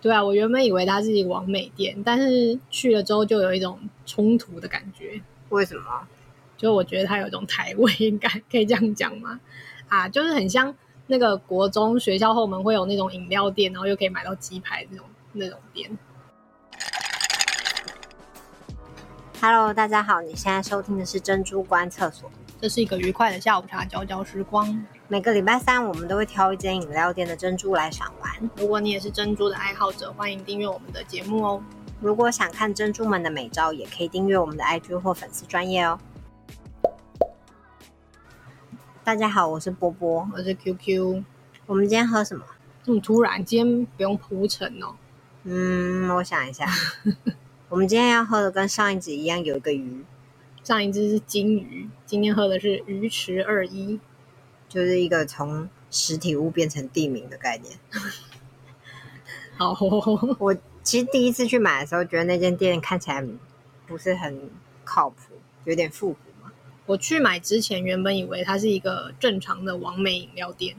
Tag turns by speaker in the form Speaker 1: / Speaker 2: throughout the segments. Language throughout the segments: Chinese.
Speaker 1: 对啊，我原本以为它是一个完美店，但是去了之后就有一种冲突的感觉，
Speaker 2: 为什么？
Speaker 1: 就我觉得它有一种台味感，可以这样讲吗？啊，就是很像那个国中学校后门会有那种饮料店，然后又可以买到鸡排那种那种店。
Speaker 2: Hello，大家好，你现在收听的是珍珠观厕所。
Speaker 1: 这是一个愉快的下午茶，嚼嚼时光。
Speaker 2: 每个礼拜三，我们都会挑一间饮料店的珍珠来赏玩。
Speaker 1: 如果你也是珍珠的爱好者，欢迎订阅我们的节目哦。
Speaker 2: 如果想看珍珠们的美照，也可以订阅我们的 IG 或粉丝专业哦。大家好，我是波波。
Speaker 1: 我是 QQ，
Speaker 2: 我们今天喝什么？
Speaker 1: 这么突然，今天不用铺陈哦。
Speaker 2: 嗯，我想一下，我们今天要喝的跟上一集一样，有一个鱼，
Speaker 1: 上一只是金鱼，今天喝的是鱼池二一。
Speaker 2: 就是一个从实体物变成地名的概念。
Speaker 1: 好、 哦，
Speaker 2: 我其实第一次去买的时候，觉得那间店看起来不是很靠谱，有点复古嘛。
Speaker 1: 我去买之前原本以为它是一个正常的完美饮料店，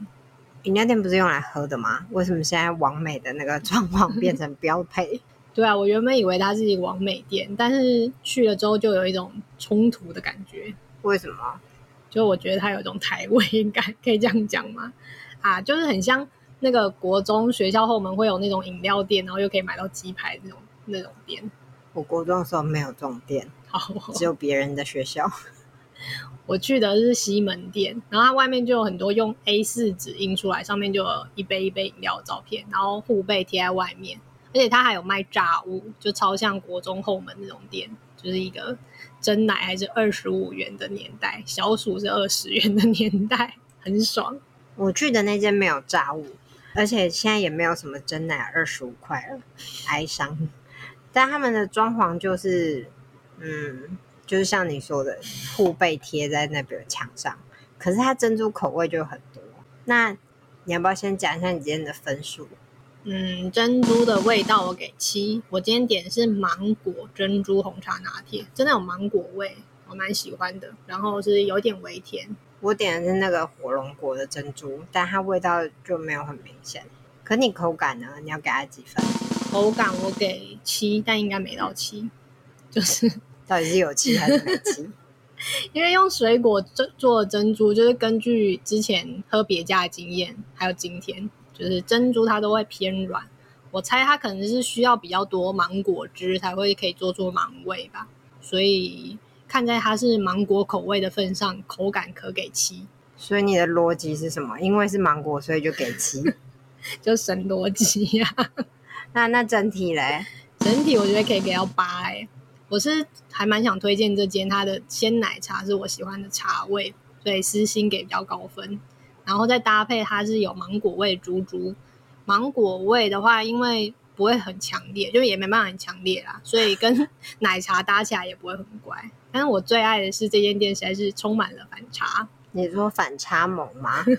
Speaker 2: 饮料店不是用来喝的吗？为什么现在完美的那个状况变成标配？
Speaker 1: 对啊，我原本以为它是一个完美店，但是去了之后就有一种冲突的感觉，
Speaker 2: 为什么？
Speaker 1: 就我觉得它有一种台味感，可以这样讲吗？啊，就是很像那个国中学校后门会有那种饮料店，然后又可以买到鸡排那种那种店。
Speaker 2: 我国中的时候没有这种店，
Speaker 1: 好、哦，
Speaker 2: 只有别人的学校。
Speaker 1: 我去的是西门店，然后它外面就有很多用 A 4纸印出来，上面就有一杯一杯饮料的照片，然后护背贴在外面，而且它还有卖炸物，就超像国中后门那种店，就是一个真奶还是二十五元的年代，小薯是二十元的年代，很爽。
Speaker 2: 我去的那间没有炸物，而且现在也没有什么真奶二十五块了，哀伤。但他们的装潢就是，嗯，就是像你说的护背贴在那边墙上，可是它珍珠口味就很多。那你要不要先讲一下你今天的分数？
Speaker 1: 嗯，珍珠的味道我给七，我今天点的是芒果珍珠红茶拿铁，真的有芒果味，我蛮喜欢的。然后是有点微甜，
Speaker 2: 我点的是那个火龙果的珍珠，但它味道就没有很明显。可你口感呢？你要给它几分？
Speaker 1: 口感我给七，但应该没到七，就是
Speaker 2: 到底是有七还是没七？
Speaker 1: 因为用水果做做珍珠，就是根据之前喝别家的经验，还有今天，就是珍珠它都会偏软。我猜它可能是需要比较多芒果汁才会可以做出芒味吧，所以看在它是芒果口味的份上，口感可给七，
Speaker 2: 所以你的逻辑是什么？因为是芒果，所以就给七。
Speaker 1: 就神逻辑呀、
Speaker 2: 那那整体嘞？
Speaker 1: 整体我觉得可以给到八哎、我是还蛮想推荐这间，它的鲜奶茶是我喜欢的茶味，所以私心给比较高分。然后再搭配它是有芒果味珠珠，芒果味的话，因为不会很强烈，就也没办法很强烈啦，所以跟 奶茶搭起来也不会很怪。但是我最爱的是这间店实在是充满了反差，
Speaker 2: 你说反差萌吗？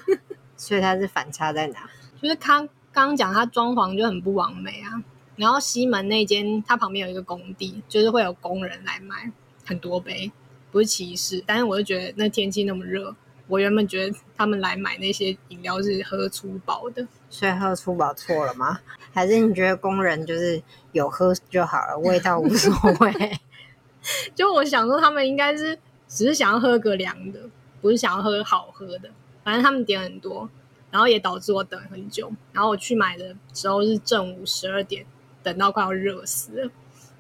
Speaker 2: 所以它是反差在哪？
Speaker 1: 就是刚刚刚讲它装潢就很不完美啊。然后西门那间，它旁边有一个工地，就是会有工人来买很多杯，不是歧视，但是我就觉得那天气那么热，我原本觉得他们来买那些饮料是喝粗饱的，
Speaker 2: 所以喝粗饱错了吗？还是你觉得工人就是有喝就好了，味道无所谓？
Speaker 1: 就我想说他们应该是只是想要喝个凉的，不是想要喝好喝的，反正他们点很多，然后也导致我等很久，然后我去买的时候是正午十二点，等到快要热死了。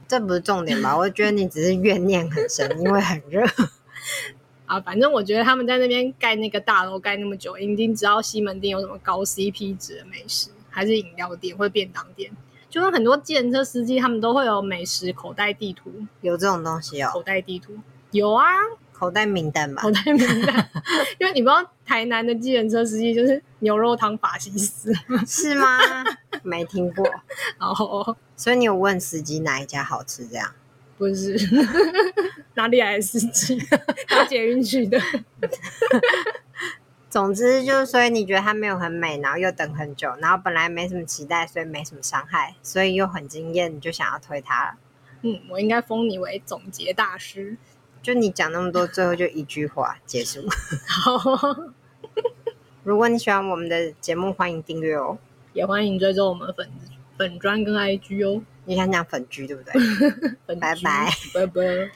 Speaker 2: 这不是重点吧？我觉得你只是怨念很深，因为很热。
Speaker 1: 啊，反正我觉得他们在那边盖那个大楼盖那么久，一定知道西门町有什么高 CP 值的美食，还是饮料店或者便当店。就跟很多计程车司机他们都会有美食口袋地图，
Speaker 2: 有这种东西哦，
Speaker 1: 口袋地图有啊，
Speaker 2: 口袋名单吧
Speaker 1: 口？袋名单。 因为你不知道台南的计程车司机就是牛肉汤法西斯，
Speaker 2: 是吗？没听过。
Speaker 1: 然后
Speaker 2: 所以你有问司机哪一家好吃？这样
Speaker 1: 不是 哪里来的司机，搭捷运去的。
Speaker 2: 总之就是，所以你觉得它没有很美，然后又等很久，然后本来没什么期待，所以没什么伤害，所以又很惊艳，你就想要推它了。
Speaker 1: 嗯，我应该封你为总结大师。
Speaker 2: 就你讲那么多，最后就一句话结束。
Speaker 1: 好，
Speaker 2: 如果你喜欢我们的节目，欢迎订阅哦。
Speaker 1: 也欢迎追踪我们的粉丝
Speaker 2: 本专跟 IG 哦，
Speaker 1: 你想讲粉居对不对？
Speaker 2: 本
Speaker 1: 拜
Speaker 2: 居
Speaker 1: 拜，
Speaker 2: 拜拜。